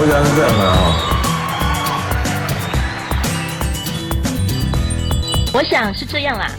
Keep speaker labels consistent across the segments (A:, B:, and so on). A: 我觉得是这样的哦。
B: 我想是这样啊啦。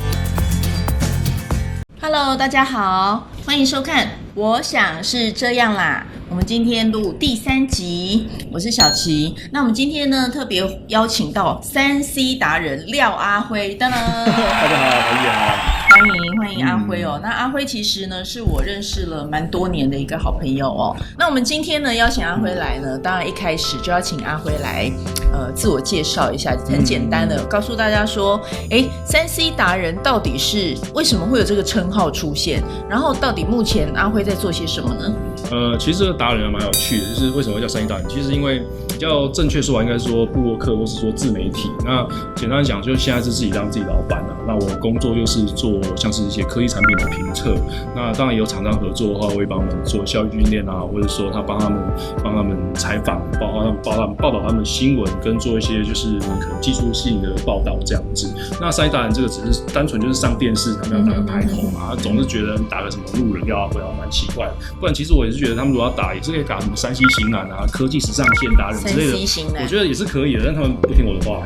C: Hello，大家好，欢迎收看。我想是这样啦。我们今天录第三集，我是小琪。那我们今天呢，特别邀请到三 C 达人廖阿辉，当当，
A: 大家好，我是叶豪。
C: 欢迎欢迎阿辉
D: 嗯
C: 哦。那阿辉其实呢，是我认识了蛮多年的一个好朋友哦。那我们今天呢，邀请阿辉来呢，当然一开始就要请阿辉来，呃，自我介绍一下，很简单的
D: 嗯
C: 告诉大家说，哎，三 C 达人到底是为什么会有这个称号出现？然后到底目前阿辉在做些什么呢？
D: 呃，其实这个达人还蛮有趣的，就是为什么会叫三 D 达人？其实因为比较正确说法应该是说布洛克或是说自媒体。那简单讲，就是现在是自己当自己老板了、啊那我工作就是做像是一些科技产品的评测。那当然有厂商合作的话，我会帮他们做效益训练啊，或者说他帮他们帮他们采访，包括他们报他们报道他们新闻，跟做一些就是可能技术性的报道这样子。那三 D 达人这个只是单纯就是上电视，他们要打个排头嘛，总是觉得打个什么路人要回来蛮奇怪的。不然其实我也是觉得他们如果要打，也是可以打什么山西型男啊、科技时尚线达人之类
C: 山西
D: 的。
C: 型男
D: 我觉得也是可以的，但他们不听我的 话，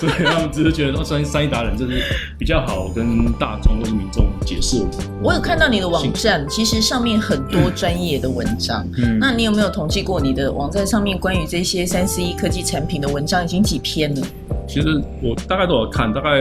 D: 所以他们只是觉得哦，山山西达人这是比较好跟大众或是民众解释。
C: 我有看到你的网站，其实上面很多专业的文章。
D: 嗯
C: 那你有没有统计过你的网站上面关于这些三 C 科技产品的文章已经几篇了？
D: 其实我大概都有看，大概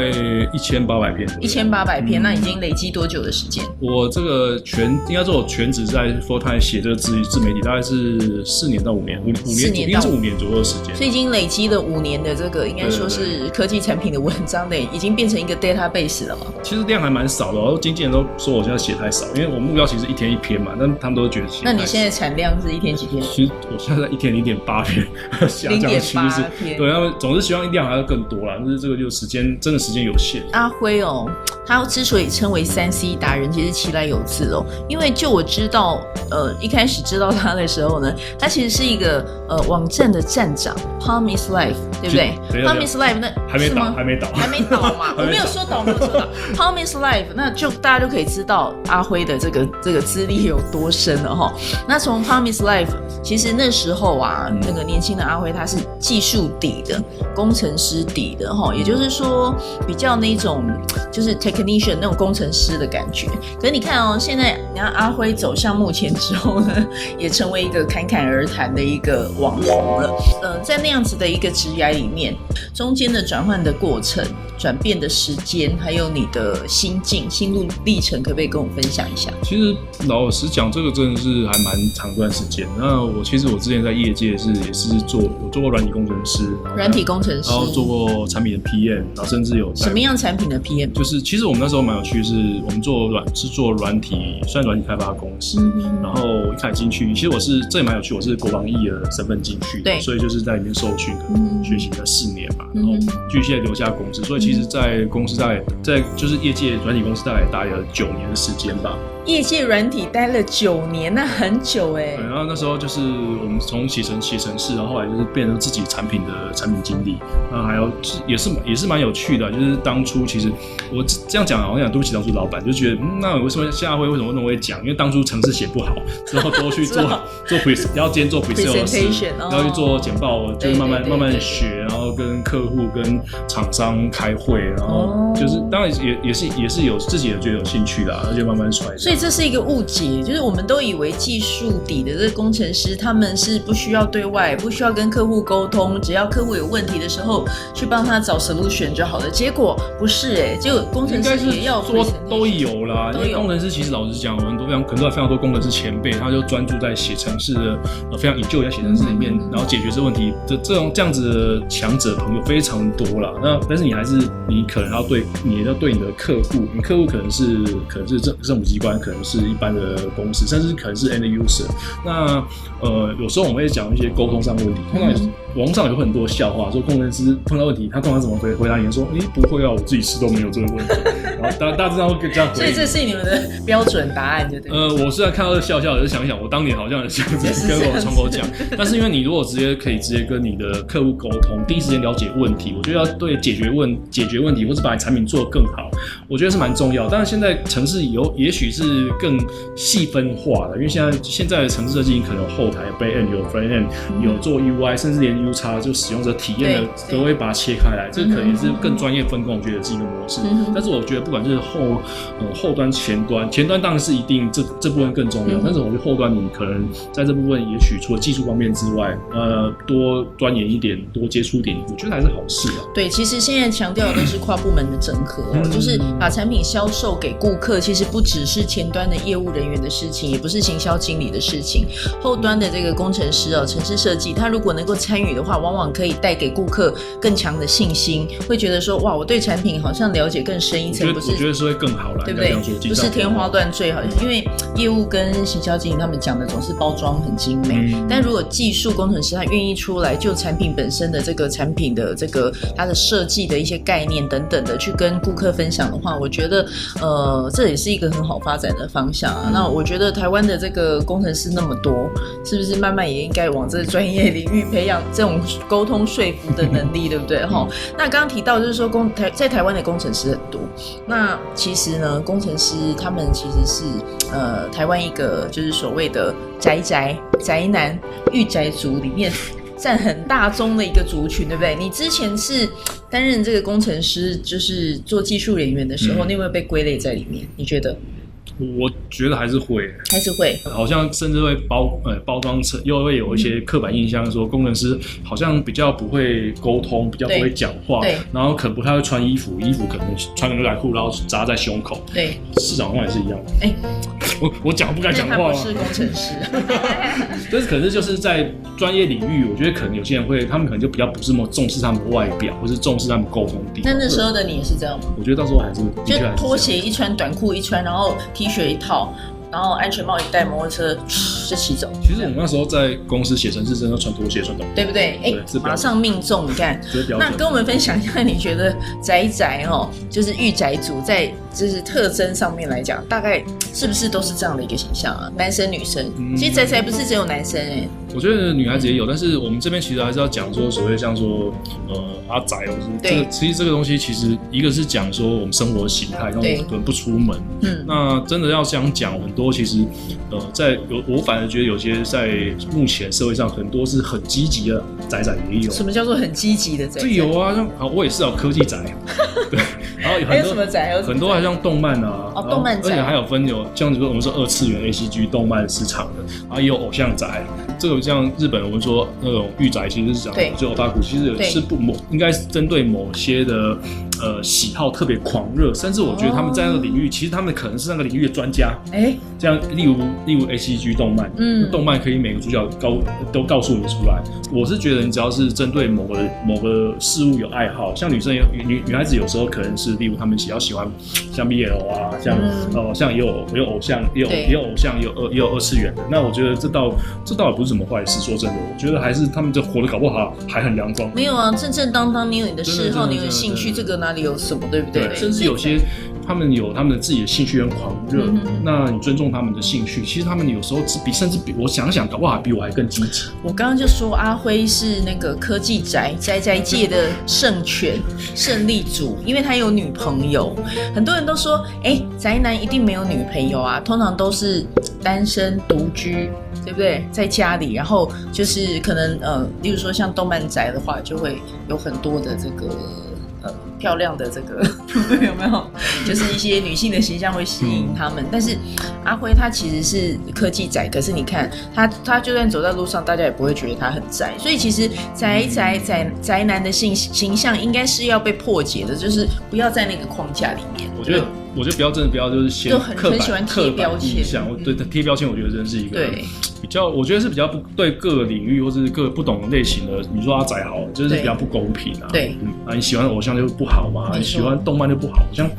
D: 一千八百篇左右。
C: 一千八百篇，
D: 嗯
C: 那已经累积多久的时间？
D: 我这个全应该说，我全职在 full time 写这个自自媒体，大概是四年到五年，五五
C: 四年
D: 年，应该
C: 到
D: 是五年左右的时间。
C: 所以已经累积了五年的这个，应该说是科技产品的文章的，已经变成一个 database 了嘛？
D: 其实量还蛮少的哦，然后经纪人都说我现在写太少，因为我目标其实一天一篇嘛，但他们都觉得写
C: 那
D: 太少。
C: 你现在产量是一天几篇？
D: 其实我现在一天零点八 篇，下降趋势
C: 0.8篇。
D: 对，他啊们总是希望量还要更多啦，但是这个就时间真的时间有限。
C: 阿辉哦，他之所以称为三 C 达人，其实其来有自哦。因为就我知道，呃，一开始知道他的时候呢，他其实是一个呃网站的站长，Promise Life，对不对
D: 其对对对
C: ？Promise Life 那
D: 还没
C: 是
D: 倒，
C: 吗
D: 还没倒，，
C: 还没倒嘛我
D: 还没倒
C: 没有说倒，我没有说倒。Promise Life，那就大家就可以知道阿辉的这个这个资历有多深了哈。那从 Promise Life，其实那时候啊，
D: 嗯
C: 那个年轻的阿辉他是技术底的，工程师底的哈，也就是说比较那种就是 technician 那种工程师的感觉。可是你看哦，现在你看阿辉走向目前之后呢， 也成为一个侃侃而谈的一个网红了。嗯、在那样子的一个职涯里面，中间的转换的过程、转变的时间，还有你的心境、心路历程，可不可以跟我们分享一下？
D: 其实老实讲，这个真的是还蛮长段时间。那我其实我之前在业界是也是做，有做过软体工程师，然后
C: 软体工程师
D: 然后哦做过产品的 PM，然后甚至有带
C: 什么样产品的 PM？
D: 就是其实我们那时候蛮有趣，是我们做软是做软体，算软体开发公司。然后一开始进去，其实我是这也蛮有趣，我是国防役的身份进去的，
C: 对
D: 所以就是在里面受训
C: 嗯
D: 跟学习了四年嘛，
C: 嗯
D: 然后继续留下公司，所以其实，在公司大概在就是业界软体公司大概大概有九年的时间吧。
C: 业界软体待了九年，那很久哎、
D: 对然啊后那时候就是我们从写程写程式，然后后来就是变成自己产品的产品经理，那还有也是蛮也是蛮有趣的啊、就是当初其实我这这样讲好像讲对不起当初老板，就觉得、嗯、那我为什么下回为什么那么会讲？因为当初程式写不好，之后都去
C: 知
D: 做
C: 道
D: 做 pre，然后兼做 pre
C: Presentation，
D: sales，
C: 哦
D: 然后去做简报，就是慢慢
C: 对对对
D: 慢
C: 对
D: 慢学，然后跟客户跟厂商开会，然后就是
C: 哦
D: 当然也也是也是有自己也觉得有兴趣啦，而且慢慢揣。
C: 所以这是一个误解，就是我们都以为技术底的这个工程师，他们是不需要对外，不需要跟客户沟通，只要客户有问题的时候去帮他找 solution 就好了。结果不是哎、结果工程
D: 应该
C: 师
D: 是
C: 也要
D: 说
C: presentation
D: 都有啦，
C: 都
D: 因
C: 有
D: 为工程师其实老实讲，我们都非常可能都有非常多工程师前辈，他就专注在写程式的呃非常研究在写程式里面，
C: 嗯
D: 然后解决这问题。这这种这样子的强者朋友非常多啦。那但是你还是你可能要对你要对你的客户，你客户可能是可能是政政府机关，可能是一般的公司，甚至可能是 end user。那呃有时候我们会讲一些沟通上的问题，通常有
C: 嗯
D: 我网上有很多笑话，说工程师碰到问题，他通常怎么回回答你说，诶、不会啊，我自己吃都没有这个问题。然后大大致上会这样
C: 所
D: 回
C: 以
D: 应
C: 这。是你们的标准答案，对不对？
D: 呃，我虽然看到这笑笑，我就想一想，我当年好像也是这样
C: 也是
D: 子
C: 这样
D: 跟
C: 子
D: 我窗口讲。 但是因为你如果直接可以直接跟你的客户沟通，第一时间了解问题，我觉得要对解决问解决问题，或是把你产品做得更好，我觉得是蛮重要。当然现在城市有也许是更细分化的，因为现在现在的城市设计可能有后台有 back end 有 front end 有
C: 嗯
D: 做 UI，甚至连 U x 就使用者体验的
C: 对对
D: 都会把它切开来，这可能也是
C: 嗯哼
D: 更专业分工，我觉得是一个模式。
C: 嗯哼
D: 但是我觉得不管是后呃后端、前端，前端当然是一定这这部分更重要，
C: 嗯
D: 但是我觉得后端你可能在这部分也许除了技术方面之外，呃，多钻研一点，多接触一点，我觉得还是好事啊。
C: 对，其实现在强调的都是跨部门的整合哦、
D: 嗯
C: 就是把产品销售给顾客，其实不只是前端的业务人员的事情，也不是行销经理的事情，后端的这个工程师哦，城市设计，他如果能够参与的话，往往可以带给顾客更强的信心，会觉得说哇，我对产品好像了解更深一
D: 我觉
C: 层，
D: 得
C: 不
D: 我觉
C: 是。
D: 得是会更好啦，
C: 对
D: 应
C: 不
D: 该这
C: 对
D: 样说，？
C: 不是天花
D: 乱。
C: 乱坠，好像因为业务跟行销经理他们讲的总是包装很精美，
D: 嗯
C: 但如果技术工程师他愿意出来，就产品本身的这个产品的这个它的设计的一些概念等等的去跟顾客分享的话，我觉得呃这也是一个很好发展的方向啊。那我觉得台湾的这个工程师那么多，是不是慢慢也应该往这个专业领域培养这种沟通说服的能力，对不对？哈、那刚刚提到就是说工台在台湾的工程师很多，那其实呢，工程师他们其实是呃台湾一个就是所谓的宅宅宅男御宅族里面占很大宗的一个族群，对不对？你之前是担任这个工程师，就是做技术人员的时候，
D: 嗯
C: 你有没有被归类在里面？你觉得
D: 我觉得还是会，
C: 还是会？
D: 好像甚至会包呃包装成，又会有一些刻板印象，
C: 嗯
D: 说工程师好像比较不会沟通，比较不会讲话
C: 对对，
D: 然后可能不太会穿衣服，衣服可能穿个牛仔裤，然后扎在胸口。
C: 对，
D: 市场上也是一样。
C: 哎
D: 我我讲不敢
C: 但
D: 讲
C: 他
D: 话
C: 不
D: 啊，
C: 是工程师，
D: 但是可是就是在专业领域，我觉得可能有些人会，他们可能就比较不是那么重视他们的外表，或是重视他们沟通地。
C: 那那时候的你也是这样吗？
D: 我觉得到时候还是的
C: 就
D: 确还是
C: 拖
D: 这样
C: 鞋一穿，短裤一穿，然后 T 恤一套，然后安全帽一戴，摩托车就骑走，
D: 其实我们那时候在公司写程式，真的穿拖鞋穿短裤，
C: 对不对？哎
D: 对是，标
C: 马上命中，你看。
D: 这是标
C: 那
D: 准。
C: 跟我们分享一下，你觉得宅宅哦，就是御宅族在就是特征上面来讲，大概是不是都是这样的一个形象啊？男生女生，
D: 嗯
C: 其实宅宅不是只有男生哎、
D: 我觉得女孩子也有，但是我们这边其实还是要讲说，所谓像说，呃，阿宅，或是这
C: 对
D: 个，其实这个东西其实一个是讲说我们生活形态，让我
C: 对
D: 们可能不出门，
C: 嗯，
D: 那真的要想讲很多，其实，呃，在有我反而觉得有些在目前社会上很多是很积极的宅宅也有，
C: 什么叫做很积极的宅
D: 这
C: 宅？
D: 有啊，像啊我也是啊，科技宅，对，然后有
C: 还
D: 很
C: 有什么
D: 多。
C: 宅？还有什么
D: 很多还像动漫啊，
C: 哦
D: 然后
C: 动漫宅
D: 而且还有分有像比如说我们说二次元 A C G 动漫市场的，然后也有偶像宅，这个像日本我们说那种御宅，其实是讲
C: 对
D: 就 otaku，其实有
C: 对
D: 是不某应该是针对某些的呃喜好特别狂热，甚至我觉得他们在那个领
C: 哦
D: 域，其实他们可能是那个领域的专家，
C: 哎、
D: 这样，例如例如 A C G 动漫，
C: 嗯
D: 动漫可以每个主角告都告诉你出来。我是觉得你只要是针对某个某个事物有爱好，像女生有女女孩子有时候可能是，例如她们比较喜欢像 BL 啊，像
C: 嗯
D: 哦、像也有也有偶像，也有
C: 对
D: 也有偶像，也有二也有二次元的。那我觉得这倒这倒也不是什么坏事。说真的，我觉得还是他们这活得搞不好还很阳光。
C: 没有啊，正正当当，你有你的嗜好，
D: 真的真的
C: 你有你的兴趣，这
D: 真的
C: 个哪里有什么，对不
D: 对，甚至有些他们有他们自己的兴趣跟狂热，
C: 嗯哼
D: 那你尊重他们的兴趣，其实他们有时候是比甚至比我想想，搞不好还比我还更积极。
C: 我刚刚就说阿辉是那个科技宅宅宅界的圣犬胜利组，因为他有女朋友。很多人都说，哎、宅男一定没有女朋友啊，通常都是单身独居，对不对？在家里，然后就是可能呃，例如说像动漫宅的话，就会有很多的这个。呃漂亮的这个 有没有？就是一些女性的形象会吸引他们，但是阿辉他其实是科技宅，可是你看他，他就算走在路上，大家也不会觉得他很宅。所以其实宅宅宅宅男的形形象应该是要被破解的，就是不要在那个框架里面。
D: 我觉得，我觉得不要真的不要就是先
C: 就很
D: 刻
C: 很喜
D: 板
C: 欢贴
D: 刻
C: 标
D: 板
C: 签嗯
D: 印象，我对贴标签，我觉得真是一个
C: 对
D: 比较，我觉得是比较不对各领域或者是各不同类型的，你说阿仔好了，就是
C: 对
D: 比较不公平啊。
C: 对
D: 嗯，啊，你喜欢偶像就不好嘛，
C: 没错
D: 你喜欢动漫就不好，好像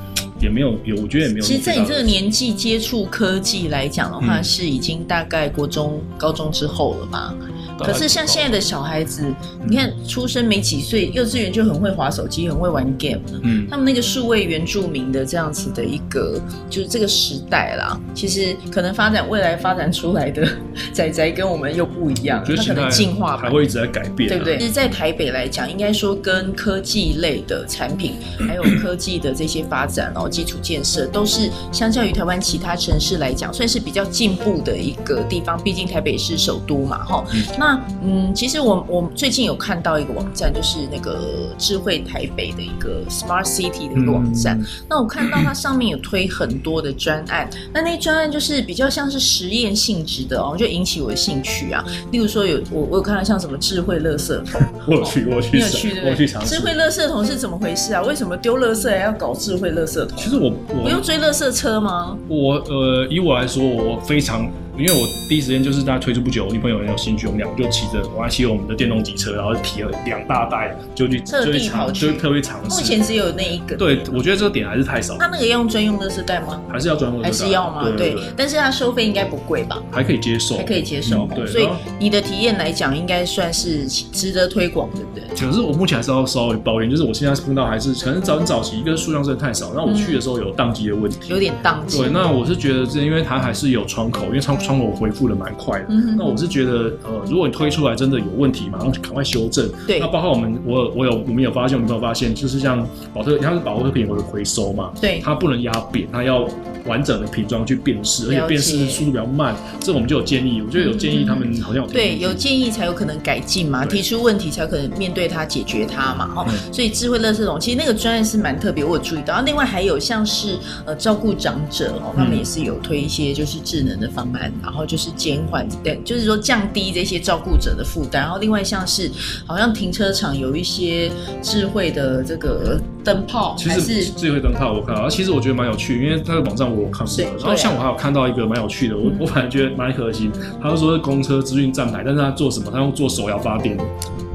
D: 也没有，也我觉得也没有。
C: 其实，在你这个年纪接触科技来讲的话，
D: 嗯
C: 是已经大概国中、高中之后了吧？
D: 大概嗯
C: 可是像现在的小孩子，你看出生没几岁，幼稚园就很会划手机，很会玩 game 了。
D: 嗯
C: 他们那个数位原住民的这样子的一个，就是这个时代啦，其实可能发展未来发展出来的 仔仔跟我们又不一样，
D: 我觉
C: 他可
D: 得形态
C: 能进化
D: 还
C: 吧。
D: 会一直在改变、啊，
C: 对不对？其实，在台北来讲，应该说跟科技类的产 品，还有科技的这些发展哦，基础建设，都是相较于台湾其他城市来讲，算是比较进步的一个地方。毕竟台北是首都嘛，哈、
D: 嗯
C: 那嗯，其实我我最近有看到一个网站，就是那个智慧台北的一个 Smart City
D: 嗯
C: 的一个网站。那我看到它上面有推很多的专案，那那专案就是比较像是实验性质的哦，就引起我的兴趣啊。例如说有我我有看到像什么智慧垃圾桶，
D: 我有去，我有去
C: 你有
D: 试
C: 去对不
D: 我有
C: 对
D: 去？尝试
C: 智。慧垃圾桶是怎么回事啊？为什么丢垃圾还要搞智慧垃圾桶？
D: 其实我
C: 不用
D: 我
C: 追垃圾车吗？
D: 我呃，以我来说，我非常，因为我第一时间就是大家推出不久，我女朋友很有兴趣，我们俩就骑着，我还骑着我们的电动机车，然后提了两大袋，就去
C: 特地
D: 就去
C: 跑
D: 尝，
C: 去
D: 就特别尝
C: 目
D: 试。
C: 前只有那一个。
D: 对，我觉得这个点还是太少，
C: 它那个要用专用垃圾袋吗？
D: 还是要专门
C: 还是要吗？
D: 对
C: 对，但是它收费应该不贵吧？
D: 还可以接受，
C: 还可以接受
D: 嗯。对，
C: 所以
D: 然后
C: 你的体验来讲，应该算是值得推广，对不对？
D: 可是我目前还是要稍微抱怨，就是我现在碰到还是可能早很早期，一个数量真的太少，那我去的时候有宕机的问题，
C: 嗯有点当机。
D: 对，那我是觉得这，因为它还是有窗口，因为窗窗口回复的蛮快的。
C: 嗯哼
D: 那我是觉得，呃，如果你推出来真的有问题，马上赶快修正。
C: 对
D: 那包括我们，我有我有我们有发现，我们有发现，就是像保特，它是保特瓶有回收嘛，
C: 对
D: 它不能压扁，它要完整的瓶装去辨识，而且辨识速度比较慢。这我们就有建议，我觉得有建议，他们好像有
C: 嗯对，
D: 听进去
C: 有建议才有可能改进嘛，
D: 对
C: 提出问题才有可能面对它、解决它嘛。哦，
D: 嗯
C: 所以智慧乐这种，其实那个专业是蛮特别，我有注意到。然啊后另外还有像是呃照顾长者哦，他们
D: 嗯
C: 也是有推一些就是智能的方案，然后就是减缓，对，就是说降低这些照顾者的负担。然后另外像是好像停车场有一些智慧的这个灯泡，
D: 其
C: 还
D: 实
C: 是
D: 智慧灯泡我看到，其实我觉得蛮有趣，因为那个网站我有看过
C: 对。
D: 然后像
C: 对啊
D: 我还有看到一个蛮有趣的，我
C: 嗯
D: 我反正觉得蛮可惜。他就说是公车资讯站台，但是他做什么？他用做手摇发电。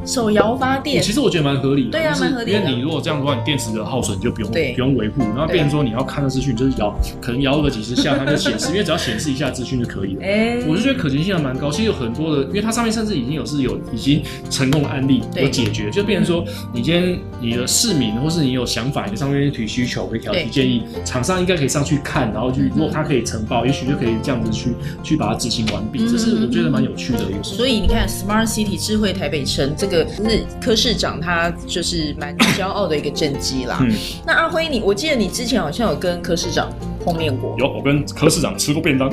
C: 手摇发电
D: 其。实我觉得蛮合理的，
C: 对啊
D: 就是
C: 蛮合理的
D: 因为你如果这样的话，你电池的耗损就不用
C: 对啊
D: 不用维护，然后变成说你要看到资讯，就是摇，可能摇个几十下它就显示，因为只要显示一下资讯就 可以了。
C: 哎
D: 我是觉得可行性还蛮高，其实有很多的，因为它上面甚至已经有是有已经成功的案例
C: 对
D: 有解决，就变成说你今天你的市民或是你有想法，你上面提需求可以调
C: 对嗯
D: 提建议，厂商应该可以上去看，然后去如果它可以承包，也许就可以这样子去去把它执行完毕，
C: 嗯
D: 这是我觉得蛮有趣的一个事
C: 所
D: 情。
C: 以你看，Smart City 智慧台北城这个就是柯市长他就是蛮骄傲的一个政绩啦。
D: 嗯
C: 那阿辉你，我记得你之前好像有跟柯市长碰面 过，
D: 有，我跟柯市长吃过便当，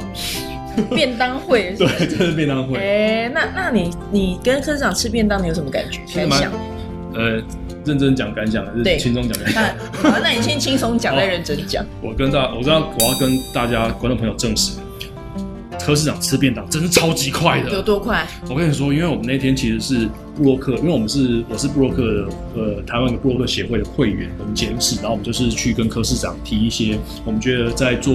C: 便当会。
D: 对，这是便当会。
C: 哎、那那你你跟柯市长吃便当，你有什么感觉？
D: 其实
C: 感
D: 蛮
C: 想？
D: 呃，认真讲感想还
C: 对
D: 是轻松讲感想？
C: 那好，那你先轻松讲，
D: 好
C: 再认真讲。
D: 我跟大我知道我要跟大家观众朋友证实，柯市长吃便当真是超级快
C: 有
D: 的。
C: 多快？
D: 我跟你说，因为我们那天其实是布洛克，因为我们是我是布洛克的呃台湾的布洛克协会的会员，我们节目室，然后我们就是去跟柯市长提一些我们觉得在做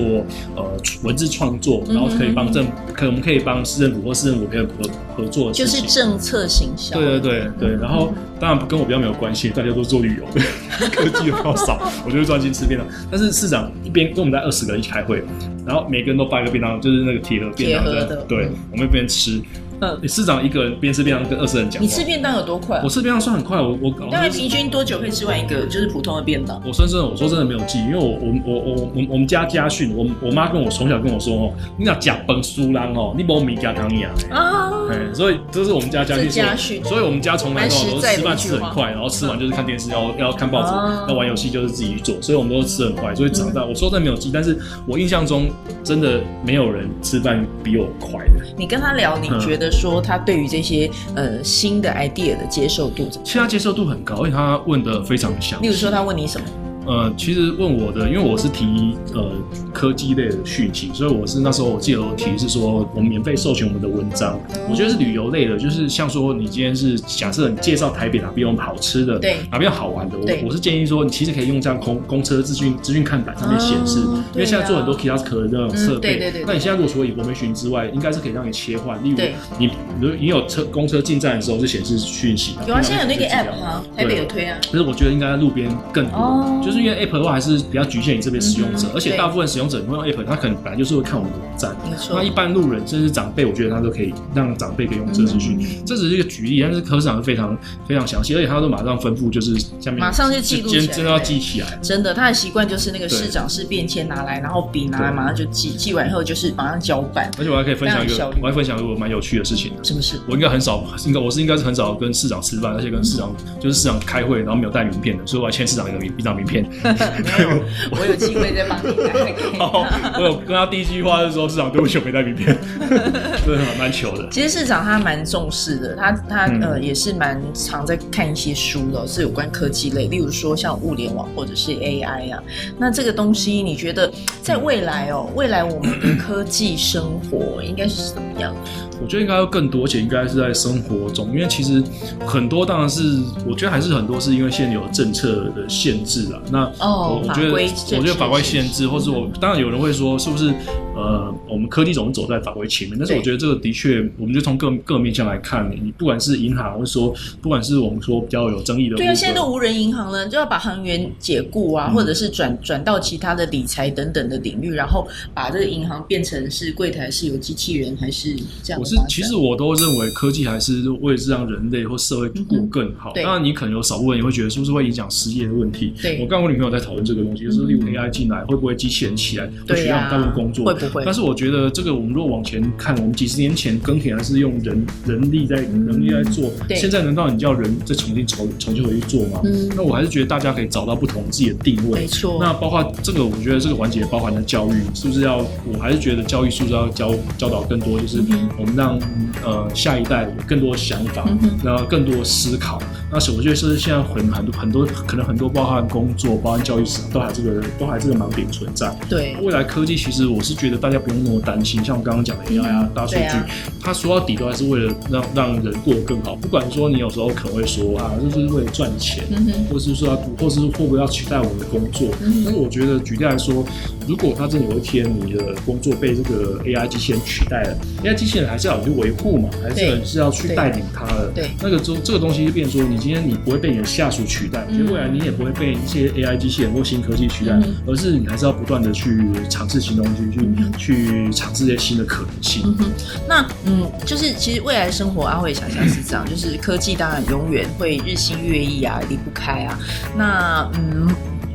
D: 呃文字创作，然后可以帮政
C: 嗯
D: 可我们可以帮市政府或市政府可以合合作的
C: 就
D: 事
C: 是
D: 情。
C: 政策行销。
D: 对对对对，然后当然跟我比较没有关系，大家都做旅游的， 科技比较少，我就会专心吃便当。但是市长一边跟我们在二十个人一起开会，然后每个人都发一个便当，就是那个铁盒便当
C: 铁盒
D: 这样
C: 的
D: 对
C: 嗯，
D: 我们一边吃，
C: 嗯，
D: 市长一个人边吃便当跟二十人讲
C: 你
D: 话。
C: 吃便当有多快
D: 我？吃便当算很快，我我
C: 大概平均多久可以吃完一个就是普通的便当？
D: 我说真的，我说真的没有记忆，因为我我我我我我们家家训，我我妈跟我从小跟我说哦，你要讲本书郎哦，你没米加汤呀。
C: 啊，
D: 哎，所以这是我们家家
C: 这
D: 训，
C: 家训
D: 所以我们家从来
C: 蛮
D: 到
C: 实
D: 晚都
C: 在的
D: 是吃
C: 一
D: 饭
C: 句
D: 吃很
C: 话
D: 快，然后吃完就是看电视，要要看报纸
C: 嗯哦，嗯
D: 要玩游戏就是自己去做，所以我们都吃很快，所以长大我说真的没有记，但是我印象中真的没有人吃饭比我快的。
C: 你跟他聊，你
D: 嗯
C: 觉得说他对于这些呃新的 idea 的接受度怎么样？
D: 其实他接受度很高，而且他问的非常详
C: 例如
D: 细。
C: 说，他问你什么？
D: 呃，其实问我的，因为我是提呃科技类的讯息，所以我是那时候我记得我提是说，我们免费授权我们的文章，
C: 嗯
D: 我觉得是旅游类的，就是像说你今天是假设你介绍台北哪边有好吃的，
C: 对
D: 哪边有好玩的，
C: 对
D: 我我是建议说，你其实可以用这样公公车资讯资讯看板上面显示，
C: 哦
D: 因为现在做很多 kiosk 的那种设
C: 嗯对对
D: 备，
C: 对对
D: 那你现在如果除了 information 之外，应该是可以让你切换，例如
C: 对
D: 你你你有车公车进站的时候是显示讯息，
C: 有啊，现在有那个
D: 平常
C: app 啊，
D: 是这
C: 台
D: 样
C: 北
D: 对
C: 有推啊。
D: 可是我觉得应该在路边更多，
C: 哦
D: 就是是因为 App 的话还是比较局限于这边使用者
C: 嗯，哼
D: 而且
C: 对
D: 大部分使用者你会用 App，他可能本来就是会看我们的网站。
C: 没
D: 那
C: 错
D: 一。般路人甚至长辈，我觉得他都可以让长辈可以用这个资讯。
C: 嗯
D: 这只是一个举例，但是科长非常非常详细，而且他都马上吩咐，就是下面
C: 马上就记录起来
D: 真真的要记起来。
C: 真的，他的习惯就是那个
D: 对
C: 市长室便签拿来，然后笔拿来，
D: 对
C: 马上就记，记完以后就是马上交办。
D: 而且我还可以分享
C: 非常
D: 一个
C: 有效率，
D: 我还分享一个蛮有趣的事情。
C: 什么 事？
D: 我应该很少，应该我是应该是很少跟市长吃饭，而且跟市长就是市长开会，然后没有带名片的，所以我还欠市长一个名一张名片。
C: 没有，我有机会再帮你拿给你
D: 然后 我有跟他第一句话是说市长对不起，我没带 名片，真的蛮糗的。
C: 其实市长他蛮重视的，他他、
D: 嗯
C: 呃也是蛮常在看一些书的，是有关科技类，例如说像物联网或者是 AI 啊。那这个东西你觉得在未来 哦，未来我们的科技生活应该是怎么样？
D: 我觉得应该要更多，而且应该是在生活中，因为其实很多当然是，我觉得还是很多是因为现有政策的限制啊。那
C: 哦
D: 我我觉得
C: 法规嗯
D: 我觉得法规限制，或是我当然有人会说是不是呃我们科技总是走在法规前面，但是
C: 对
D: 我觉得这个的确，我们就从各各面向来看，你不管是银行，或者说不管是我们说比较有争议的部分，
C: 对啊，现在都无人银行了，就要把行员解雇啊，
D: 嗯
C: 或者是转转到其他的理财等等的领域，然后把这个银行变成是柜台是有机器人还是这样的发展？
D: 我是其实我都认为科技还是为了让人类或社会过更好。
C: 嗯对
D: 当然，你可能有少部分也会觉得是不是会影响失业的问题。
C: 对
D: 我刚跟我女朋友在讨论这个东西，就是例如
C: 嗯
D: AI 进来会不会机器人起来会取
C: 对
D: 代我
C: 呀、
D: 们大部分工
C: 会
D: 作？
C: 不会？
D: 但是我觉得这个，我们如果往前看，我们几十年前耕田还是用人人力在人力在做，
C: 对
D: 现在难道你叫人再重新重重新回去做吗？
C: 嗯，
D: 那我还是觉得大家可以找到不同自己的定位
C: 没。错。
D: 那包括这个，我觉得这个环节包含了教育，是不是要？我还是觉得教育是不是要教教导更多，就是
C: 嗯
D: 我们让呃下一代有更多想法
C: 嗯哼，
D: 然后更多思考。那是我觉得是现在很很多很多可能很多包含工作，包含教育市场都还这个都还这个盲点存在。
C: 对，
D: 未来科技其实我是觉得大家不用那么担心，像我刚刚讲的 AI 啊、大数
C: 对
D: 据，
C: 啊
D: 它说到底都还是为了让让人过得更好。不管说你有时候可能会说啊，就是为了赚钱，
C: 嗯哼，
D: 或是说要不，或是会不会要取代我们的工作？
C: 嗯
D: 但是我觉得，举例来说，如果他真的有一天你的工作被这个 AI 机器人取代了，AI 机器人还是要有去维护嘛，还是
C: 对
D: 很是要去带领它的。
C: 对
D: 那个中这个东西就变成说，你今天你不会被你的下属取代，
C: 嗯
D: 就未来你也不会被一些 AI 机器人或新科技取代，
C: 嗯哼
D: 而是你还是要不断的去尝试新东西，去、
C: 嗯哼
D: 去尝试一些新的可能性。
C: 嗯哼，那嗯，就是其实未来生活，阿慧想象是这样，就是科技当然永远会日新月异啊，离不开啊。那嗯。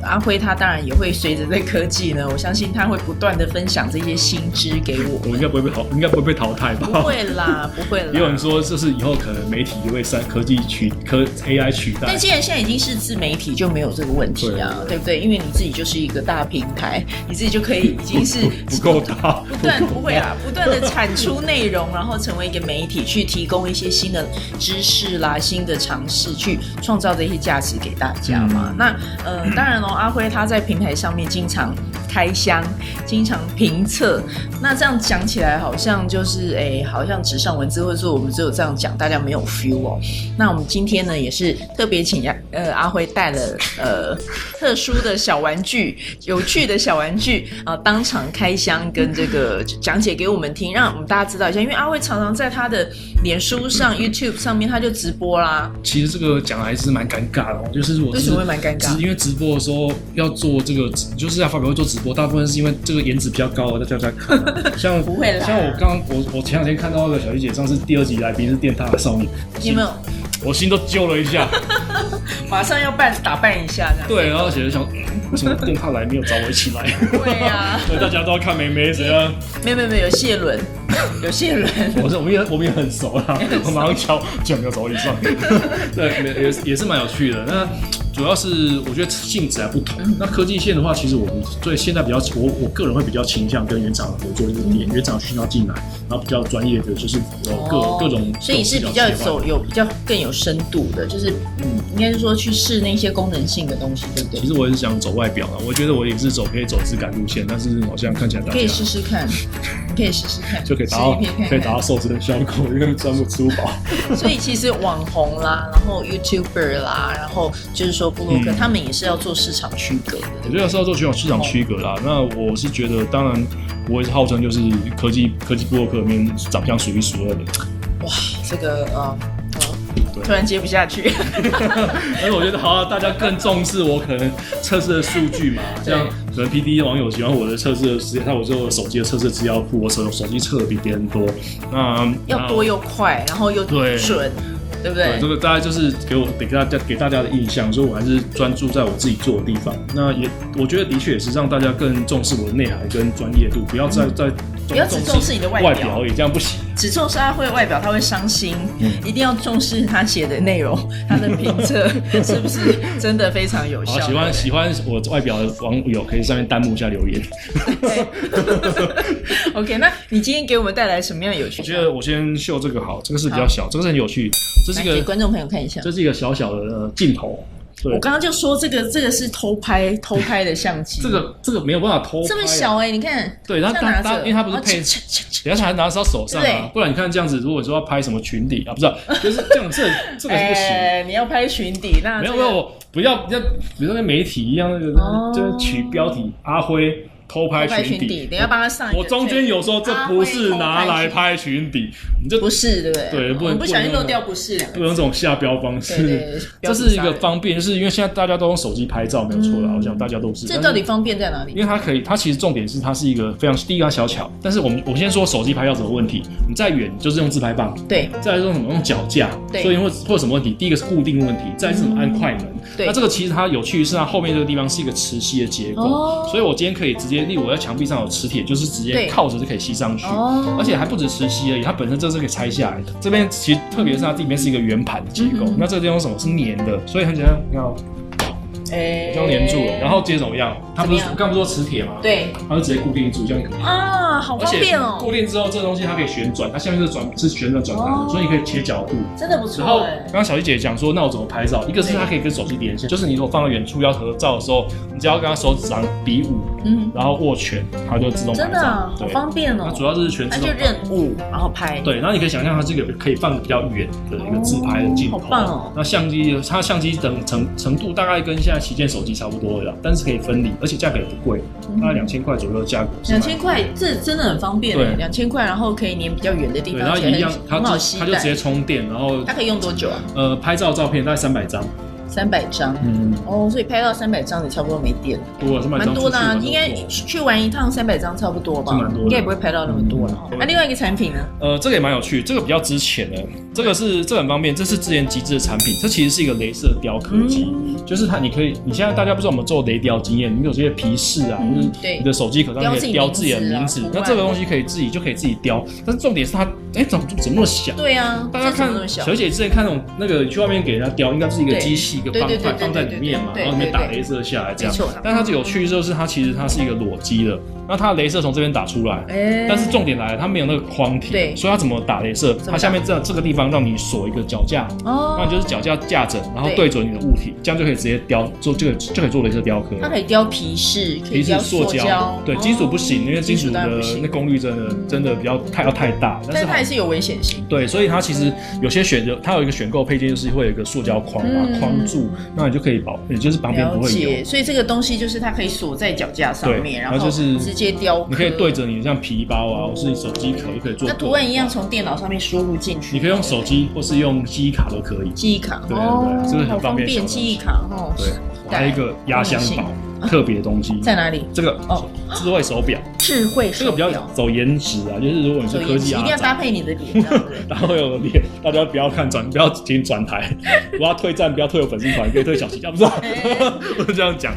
C: 阿辉他当然也会随着这科技呢，我相信他会不断的分享这些新知给我
D: 我应该不会被淘，应该不会被淘汰吧？
C: 不会啦，不会啦。
D: 也有人说，这是以后可能媒体会三科技取科 AI 取代
C: 但。既然现在已经是自媒体，就没有这个问题啊，对不对？因为你自己就是一个大平台，你自己就可以已经是
D: 不够大，
C: 不断不会啊啦，不断的产出内容，然后成为一个媒体，去提供一些新的知识啦、新的尝试，去创造这些价值给大家嘛。
D: 嗯
C: 那呃，当然喽，阿辉他在平台上面经常开箱，经常评测。那这样讲起来，好像就是哎、好像纸上文字，或者说我们只有这样讲，大家没有 feel 哦。那我们今天呢，也是特别请阿呃阿辉带了呃特殊的小玩具、有趣的小玩具啊、当场开箱跟这个讲解给我们听，让我们大家知道一下。因为阿辉常常在他的脸书上、YouTube 上面，他就直播啦，
D: 其实这个讲来是蛮尴尬的哦，就是我
C: 为
D: 是
C: 什么会蛮尴尬
D: 直因为直播的时候要做这个，就是要发表会做直播，大部分是因为这个颜值比较高的大家看啊，像
C: 不会啦
D: 像我刚我我前两天看到那个小丽姐，上次第二集来宾是电塔的少女，
C: 你有没有
D: 我心都揪了一 下，
C: 马上要扮打扮一下这样？
D: 对，然后写着想，嗯为什么电塔来没有找我一起来？
C: 对啊呀
D: 所以大家都要看梅梅谁啊？
C: 没有没有没有，有谢 伦，有谢伦。
D: 我是我们也我们也很熟 啦，我马上敲，居然没有找你上。 对，没也是也是蛮有趣的。那主要是我觉得性质还不同。那科技线的话，其实我们对现在比较，我我个人会比较倾向跟原厂合作，就是点原厂需要进来，然后比较专业的，就是有各、
C: 哦
D: 各种，
C: 所以是比较走。有比较更有深度的，就是嗯，应该是说去试那些功能性的东西，对不对
D: 其？实我也是想走外表了，啊我觉得我也是走可以走质感路线，但是好像看起来大
C: 可以
D: 家
C: 试试看，你可以试试看，
D: 就可以达
C: 试
D: 到
C: 一篇看看
D: 可以 达到瘦子的效果，因为专不吃不饱。
C: 所以其实网红啦，然后 YouTuber 啦，然后就是说布洛克，
D: 嗯
C: 他们也是要做市场区隔的。
D: 我觉得是要做市场市场区隔啦。那我是觉得，当然我也是号称就是 科技科技布洛克里面长相数一数二的。
C: 这个呃。呃
D: 对
C: 突然接不下去。
D: 但是我觉得，好、啊，大家更重视我可能测试的数据嘛，
C: 对
D: 像可能 P D E 网友喜欢我的测试的时间，那我就有手机的测试资料库，我手手机测的比别人多，那
C: 要多
D: 用。
C: 又快，然后又
D: 对
C: 准，对不对
D: 对，这？个大家就是给我给大家给大家的印象，所以我还是专注在我自己做的地方。那也我觉得的确也是让大家更重视我的内涵跟专业度，不要再再
C: 嗯不要只重视你的外表
D: 外表而已，这样不行。
C: 只重视他会外表，他会伤心。一定要重视他写的内容，他的评测是不是真的非常有效
D: 好，？喜欢
C: 对
D: 喜欢我外表的网友可以上面弹幕下留言。
C: 不对 OK，那你今天给我们带来什么样的有趣
D: 我
C: 的？
D: 觉得我先秀这个好，这个是比较
C: 好
D: 小，这个是很有趣，这是
C: 来
D: 一
C: 给
D: 个
C: 观众朋友看一下。
D: 这是一个小小的呃镜头。对
C: 我，刚刚就说这个这个是偷拍偷拍的相机，
D: 这个这个没有办法偷拍啊，
C: 这么小哎、你看，
D: 对，它
C: 这样
D: 它
C: 拿
D: 它，
C: 着，
D: 因为它不是
C: 然后
D: 配
C: 切切切
D: 等一下才拿到手上
C: 对
D: 啊，不然你看这样子，如果说要拍什么群底啊，不是啊、就是这样，这这个是不行。
C: 哎，你要拍裙底，那
D: 没有
C: 这
D: 没
C: 个
D: 有，不要要，比如说那媒体一样，那个、
C: 哦
D: 就是取标题阿辉偷拍
C: 偷拍裙
D: 群
C: 底，等一下帮他上一个
D: 我中间有说这不是拿来拍群底，你就
C: 不是，对不对？
D: 对不
C: 我们
D: 能
C: 不小心
D: 不能
C: 漏掉不是两个
D: 不能这种下标方式。
C: 对对标
D: 这
C: 题
D: 是一
C: 杀
D: 个
C: 人
D: 方便，就是因为现在大家都用手机拍照，没有错啦。
C: 嗯
D: 我想大家都是。
C: 这
D: 但是
C: 到底方便在哪里
D: 因？为它可以，它其实重点是它是一个非常第一个它小巧，但是我们我先说手机拍照怎么问题，你再远就是用自拍棒，
C: 对，
D: 再来是用什么用脚架，
C: 对嗯
D: 所以会会有什么问题？第一个是固定问题，再来是什么按快门。
C: 对
D: 那这个其实它有趣是它后面这个地方是一个磁吸的结构，
C: 哦
D: 所以我今天可以直接，例如我在墙壁上有磁铁，就是直
C: 对
D: 接靠着就可以吸上去。
C: 哦
D: 嗯而且还不止磁吸而已，它本身这是可以拆下来的。这边其实特别是它这里面是一个圆盘的结构，
C: 嗯
D: 那这个地方是什么是粘的，所以很简单，你看哦
C: 哎
D: 这样粘住了，然后接着怎么样？它不是
C: 怎么样
D: 我刚不是说磁铁吗？，
C: 对
D: 它就直接固定住，这样可以。
C: 啊，好
D: 而
C: 方
D: 且
C: 便哦
D: 固，定之后，这东西它可以旋转，它下面是转是旋转转盘
C: 哦
D: 的，所以你可以切角度。
C: 真的不
D: 然后
C: 错哎
D: 刚。刚小丽姐讲说，那我怎么拍照？一个是它可以跟手机连线，就是你如果放到远处要合照的时候，你只要跟它手指上比武，
C: 嗯，
D: 然后握拳，它就会自动拍
C: 真的
D: 照
C: 啊。好
D: 对，
C: 方便
D: 它
C: 哦。
D: 主要就是全
C: 它
D: 自
C: 就
D: 动。
C: 任务，然后拍。
D: 对，然后你可以想象它是一个可以放比较远的一个自拍的镜头。
C: 哦好棒哦
D: 那相机它相机等程程度大概跟现在旗舰手机差不多了啦，但是可以分离，而且价格也不贵，大概两千块左右的价格。
C: 嗯两千。块，这真的很方便哎
D: 对
C: 两千块，然后可以粘比较远的地方，
D: 对，然
C: 而
D: 后
C: 且
D: 一样，
C: 很
D: 它
C: 很
D: 就
C: 好携
D: 它就直接
C: 带。
D: 充电，然后
C: 它可以用多久啊？
D: 呃拍照照片大概三百张，
C: 三百张。
D: 嗯，
C: 哦，所以拍到三百张，你差不多没电了。
D: 多了三百张
C: 蛮
D: 出去
C: 多的、啊
D: 玩，都
C: 应该
D: 不错
C: 去玩一趟三百张差不多吧
D: 是蛮多，的
C: 应该也不会拍到那么多了哦。
D: 嗯
C: 那、另外一个产品呢？
D: 呃，这个也蛮有趣，这个比较值钱的，这个是这个很方便，这是之前极致的产品，这其实是一个镭射雕刻机，
C: 嗯
D: 就是它你可以，你现在大家不知道我们做雷雕经验，你有这些皮饰啊，
C: 嗯
D: 或者
C: 对
D: 你的手机壳上
C: 雕
D: 可
C: 自己
D: 以雕
C: 名
D: 自己的
C: 字啊
D: 名字
C: 图，
D: 那
C: 案
D: 这个东西可以自己就可以自己雕，但是重点是它，哎，怎么怎么那么小？
C: 对啊，
D: 大家
C: 这怎
D: 看
C: 么那么小
D: 小？姐之前看那种那个你去外面给人家雕，应该是一个
C: 对
D: 机器一个
C: 对
D: 方
C: 对对
D: 块
C: 对
D: 放在
C: 对对
D: 里面嘛，
C: 对
D: 然后里面打
C: 对
D: 镭射下来这样
C: 没错。
D: 但它最有趣就是它其实它是一个裸机的，那它的镭射从这边打出来，
C: 哎
D: 但是重点来了，它没有那个框体，
C: 对
D: 所以它怎么打镭射？
C: 么打
D: 它下面这这个地方让你锁一个脚架，那
C: 哦，
D: 就是脚架架着，然后
C: 对
D: 对准你的物体，这样就可以直接雕做这个就可以做镭射雕刻。
C: 它可以雕皮饰，可以
D: 皮
C: 雕
D: 是
C: 塑哦
D: 塑胶，对，金属不行，因为金属
C: 当
D: 的
C: 然不行嗯
D: 那功率真的真的比较太要太大，
C: 但是
D: 好
C: 它也是有危险性。
D: 对，所以它其实有些选择，它有一个选购配件，就是会有一个塑胶框把
C: 嗯
D: 它框住，那你就可以保，也就是旁边
C: 了
D: 不会
C: 解，
D: 有。
C: 所以这个东西就是它可以锁在脚架上
D: 对
C: 面，
D: 然
C: 后
D: 后就是
C: 直接雕刻。
D: 你可以对着你像皮包啊，或是你手机壳，可以做。
C: 那图案一样，从电脑上面输入进去。
D: 你可以用手机或是用记忆卡都可以。
C: 记忆卡，
D: 对对对
C: 哦
D: 这个很
C: 好方
D: 方便小
C: 便，
D: 东
C: 记
D: 西
C: 忆卡哦。
D: 对，还有一个压箱宝，特别的东西。
C: 在哪里？
D: 这个
C: 哦
D: 智慧手表，
C: 智慧
D: 这个
C: 手
D: 比较
C: 表，
D: 走颜值啊，就是如果你是
C: 手
D: 科
C: 眼
D: 技
C: 一
D: 阿
C: 定要搭
D: 宅，
C: 配你的脸，对不对？
D: 然后有脸，大家不要看转，不要请转台，我要退站，不要退我粉丝团，可以退小旗，啊不是啊，我就这样讲。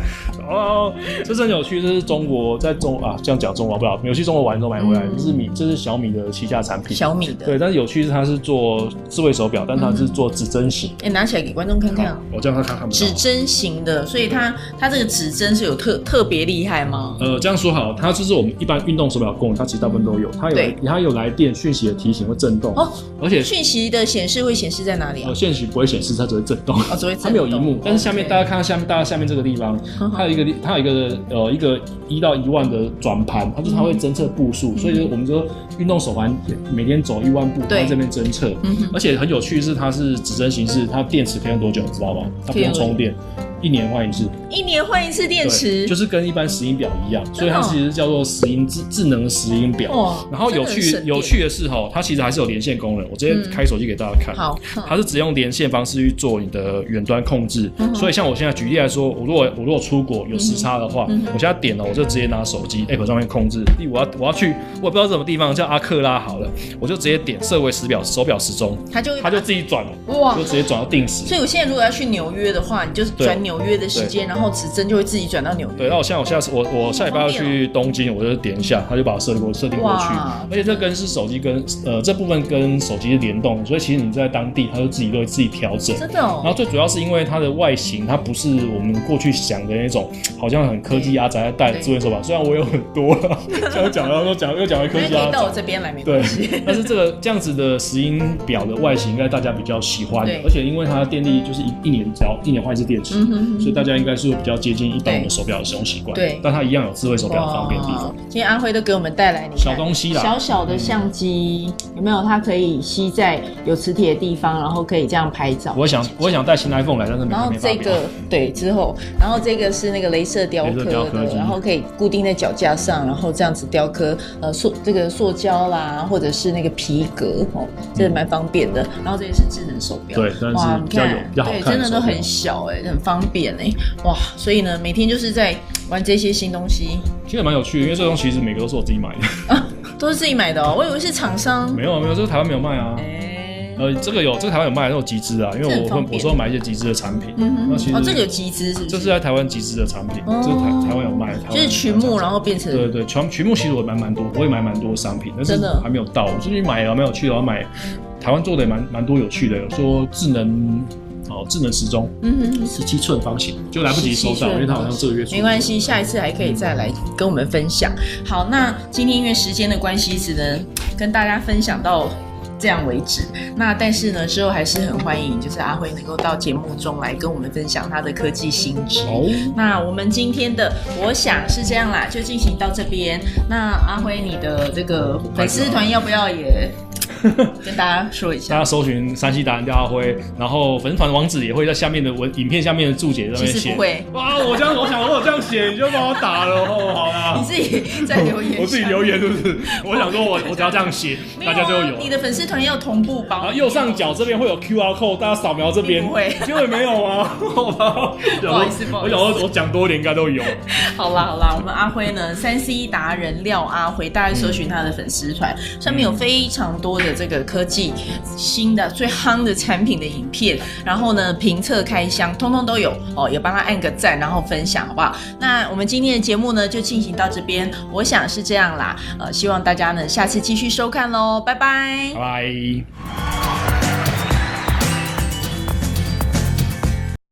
D: 哦，这是很有趣，这是中国在中啊，这样讲中国好不好？有去中国玩的时候买回来，
C: 嗯
D: 这是米，这是小米的旗下产品。
C: 小米的，
D: 对，但是有趣是它是做智慧手表，但它是做指针型。
C: 哎、拿起来给观众看看啊
D: 好，我这样他看看不到
C: 指。针型的，所以它它这个指针是有特特别厉害吗？
D: 呃，这样说好，它就是我们一般运动手表功能，它其实大部分都有，它有
C: 对
D: 它有来电讯息的提醒会震动，
C: 哦
D: 而且
C: 讯息的显示会显示在哪里啊
D: 呃？现实不会显示，它只会震动。
C: 哦，只会
D: 它没有荧幕，但是下面大
C: 家
D: 家看到下面大家下面这个地方
C: 嗯，
D: 它有一个地它有一个呃一个一到一万的转盘，它就是它会侦测步
C: 嗯
D: 数，所以我们说运动手环每天走一万步，它
C: 对
D: 在这边侦测。
C: 嗯哼
D: 而且很有趣的是，它是指针形式，它电池可以用多久，你知道吗？它不
C: 可以用
D: 用充电，一年换一次，
C: 一年换一次电
D: 对
C: 池，
D: 就是跟一般石英表一样，所以它
C: 真的哦
D: 其实叫做石英智智能石英表。
C: 哇
D: 然后有
C: 真的
D: 趣
C: 很省电
D: 有趣的是哈，它其实还是有连线功能，我直接
C: 嗯
D: 开手机给大家看。
C: 好，
D: 它是只用连线方式去做你的远端控制，
C: 嗯哼
D: 所以像我现在举例来说，我如果我如果出国有时差的话，
C: 嗯哼嗯哼
D: 我现在点了，我就直接拿手机 app 上面控制。例如我要我要去，我也不知道什么地方叫阿克拉好了，我就直接点设为时表手表时钟，
C: 它就会
D: 它就自己转了，
C: 哇
D: 就。直接转到定时。
C: 所以我现在如果要去纽约的话，你就是转纽约的时间，然后指针就会自己转到纽约。
D: 对，那我现在我下次我我下礼拜要去东京，我就点一下，它就把我设定过设定过去
C: 哇。
D: 而且这跟是手机跟呃这部分跟手机是联动的，所以其实你在当地它就自己会自己调整。
C: 真的
D: 然后
C: 哦，
D: 最主要是因为它的外形，它不是我们过去想的那种，好像很科技阿宅在戴的智慧手表。虽然我有很多了， 这样讲到说讲又讲回科
C: 因为
D: 技
C: 可以
D: 阿
C: 到我
D: 宅，
C: 这边来没关
D: 对
C: 系。。
D: 但是这个这样子的石英表的外形，应该大家比较喜欢
C: 对。
D: 而且因为它的电力就是一一年只要一年换一次电池，
C: 嗯哼哼
D: 所以大家应该是会比较接近一般我
C: 对
D: 们手表的使用习惯。
C: 对
D: 但它一样有智慧手
C: 哇，
D: 表的方便的地方。
C: 今天阿辉都给我们带来你看
D: 小东西啦
C: 小小的相机有没有？它可以吸在有磁铁的地方，然后可以这样拍照。
D: 我也想我也想带新 iPhone 来，但是没
C: 然后
D: 没
C: 这
D: 办法。
C: 个对之后，然后这个是那个镭射雕刻
D: 镭射雕刻
C: 的，
D: 机
C: 然后可以固定在脚架上，然后这样子雕刻呃塑这个塑胶啦，或者是那个皮革哦，这蛮方便的。然后这也是智能手表，
D: 嗯对但是
C: 哇，你
D: 比较有
C: 看
D: 比较好
C: 对，
D: 看
C: 真的
D: 的
C: 都
D: 手表
C: 很小哎、很方便哎、哇！所以呢，每天就是在玩这些新东西，
D: 其实蛮有趣的，因为这东西其实每个都是我自己买的。
C: 都是自己买的哦，我以为是厂商。
D: 没有没有，这个台湾没有卖啊。
C: 哎，
D: 呃，这个有，这个台湾有卖，都有集资啊，因
C: 这
D: 为
C: 很
D: 我
C: 方
D: 会
C: 便
D: 我说买一些集资的产品，
C: 嗯
D: 那其
C: 哼，
D: 实
C: 哦，这个有集资是不是？
D: 这是在台湾集资的产品，
C: 哦
D: 这是台台湾有卖，台湾
C: 就是曲目，然
D: 后
C: 后变成
D: 对对对，曲曲目其实我买蛮多，我也买蛮多商品，但是
C: 真的嗯
D: 还没有到，我最近买了蛮有趣的，我买台湾做的也蛮蛮多有趣的，有说智能哦智能时钟，
C: 嗯哼哼。
D: 十七寸方形，就来不及收
C: 17
D: 到，
C: 寸
D: 因为它好像这个月出
C: 没关系，下一次还可以再来跟我们分享。好，那今天因为时间的关系，只能跟大家分享到这样为止。那但是呢，之后还是很欢迎，就是阿辉能够到节目中来跟我们分享他的科技新知。
D: 哦，
C: 那我们今天的我想是这样啦，就进行到这边。那阿辉，你的这个粉丝团要不要 也跟大家说一
D: 大
C: 下
D: 家？搜寻山西达人廖阿辉，然后粉丝团网址也会在下面的文影片下面的注解上
C: 其
D: 面
C: 实
D: 写
C: 不。会，
D: 哇，我这样，我想我有这样写，你就把我打了哦，好啦
C: 你。自己在留言，
D: 我自己留言是不 是？我想说我，我只要这样写，
C: 没有
D: 大
C: 啊
D: 家就会有。
C: 你的粉丝团要同步吧？
D: 然后右上角这边会有 QR code，大家扫描这边
C: 并不会，
D: 结果没有啊。 好吧
C: 不好意思不好
D: 我
C: 意思
D: 想说我讲多一点应该都有。
C: 好啦好啦，我们阿辉呢，三 C 达人廖阿辉，大家搜寻他的粉丝团，上面有非常多的这个科技新的最夯的产品的影片，然后呢评测开箱，通通都有哦，也帮他按个赞，然后分享好不好？那我们今天的节目呢就进行到这边，我想是这样啦，呃，希望大家呢下次继续收看喽，拜拜
D: 拜拜。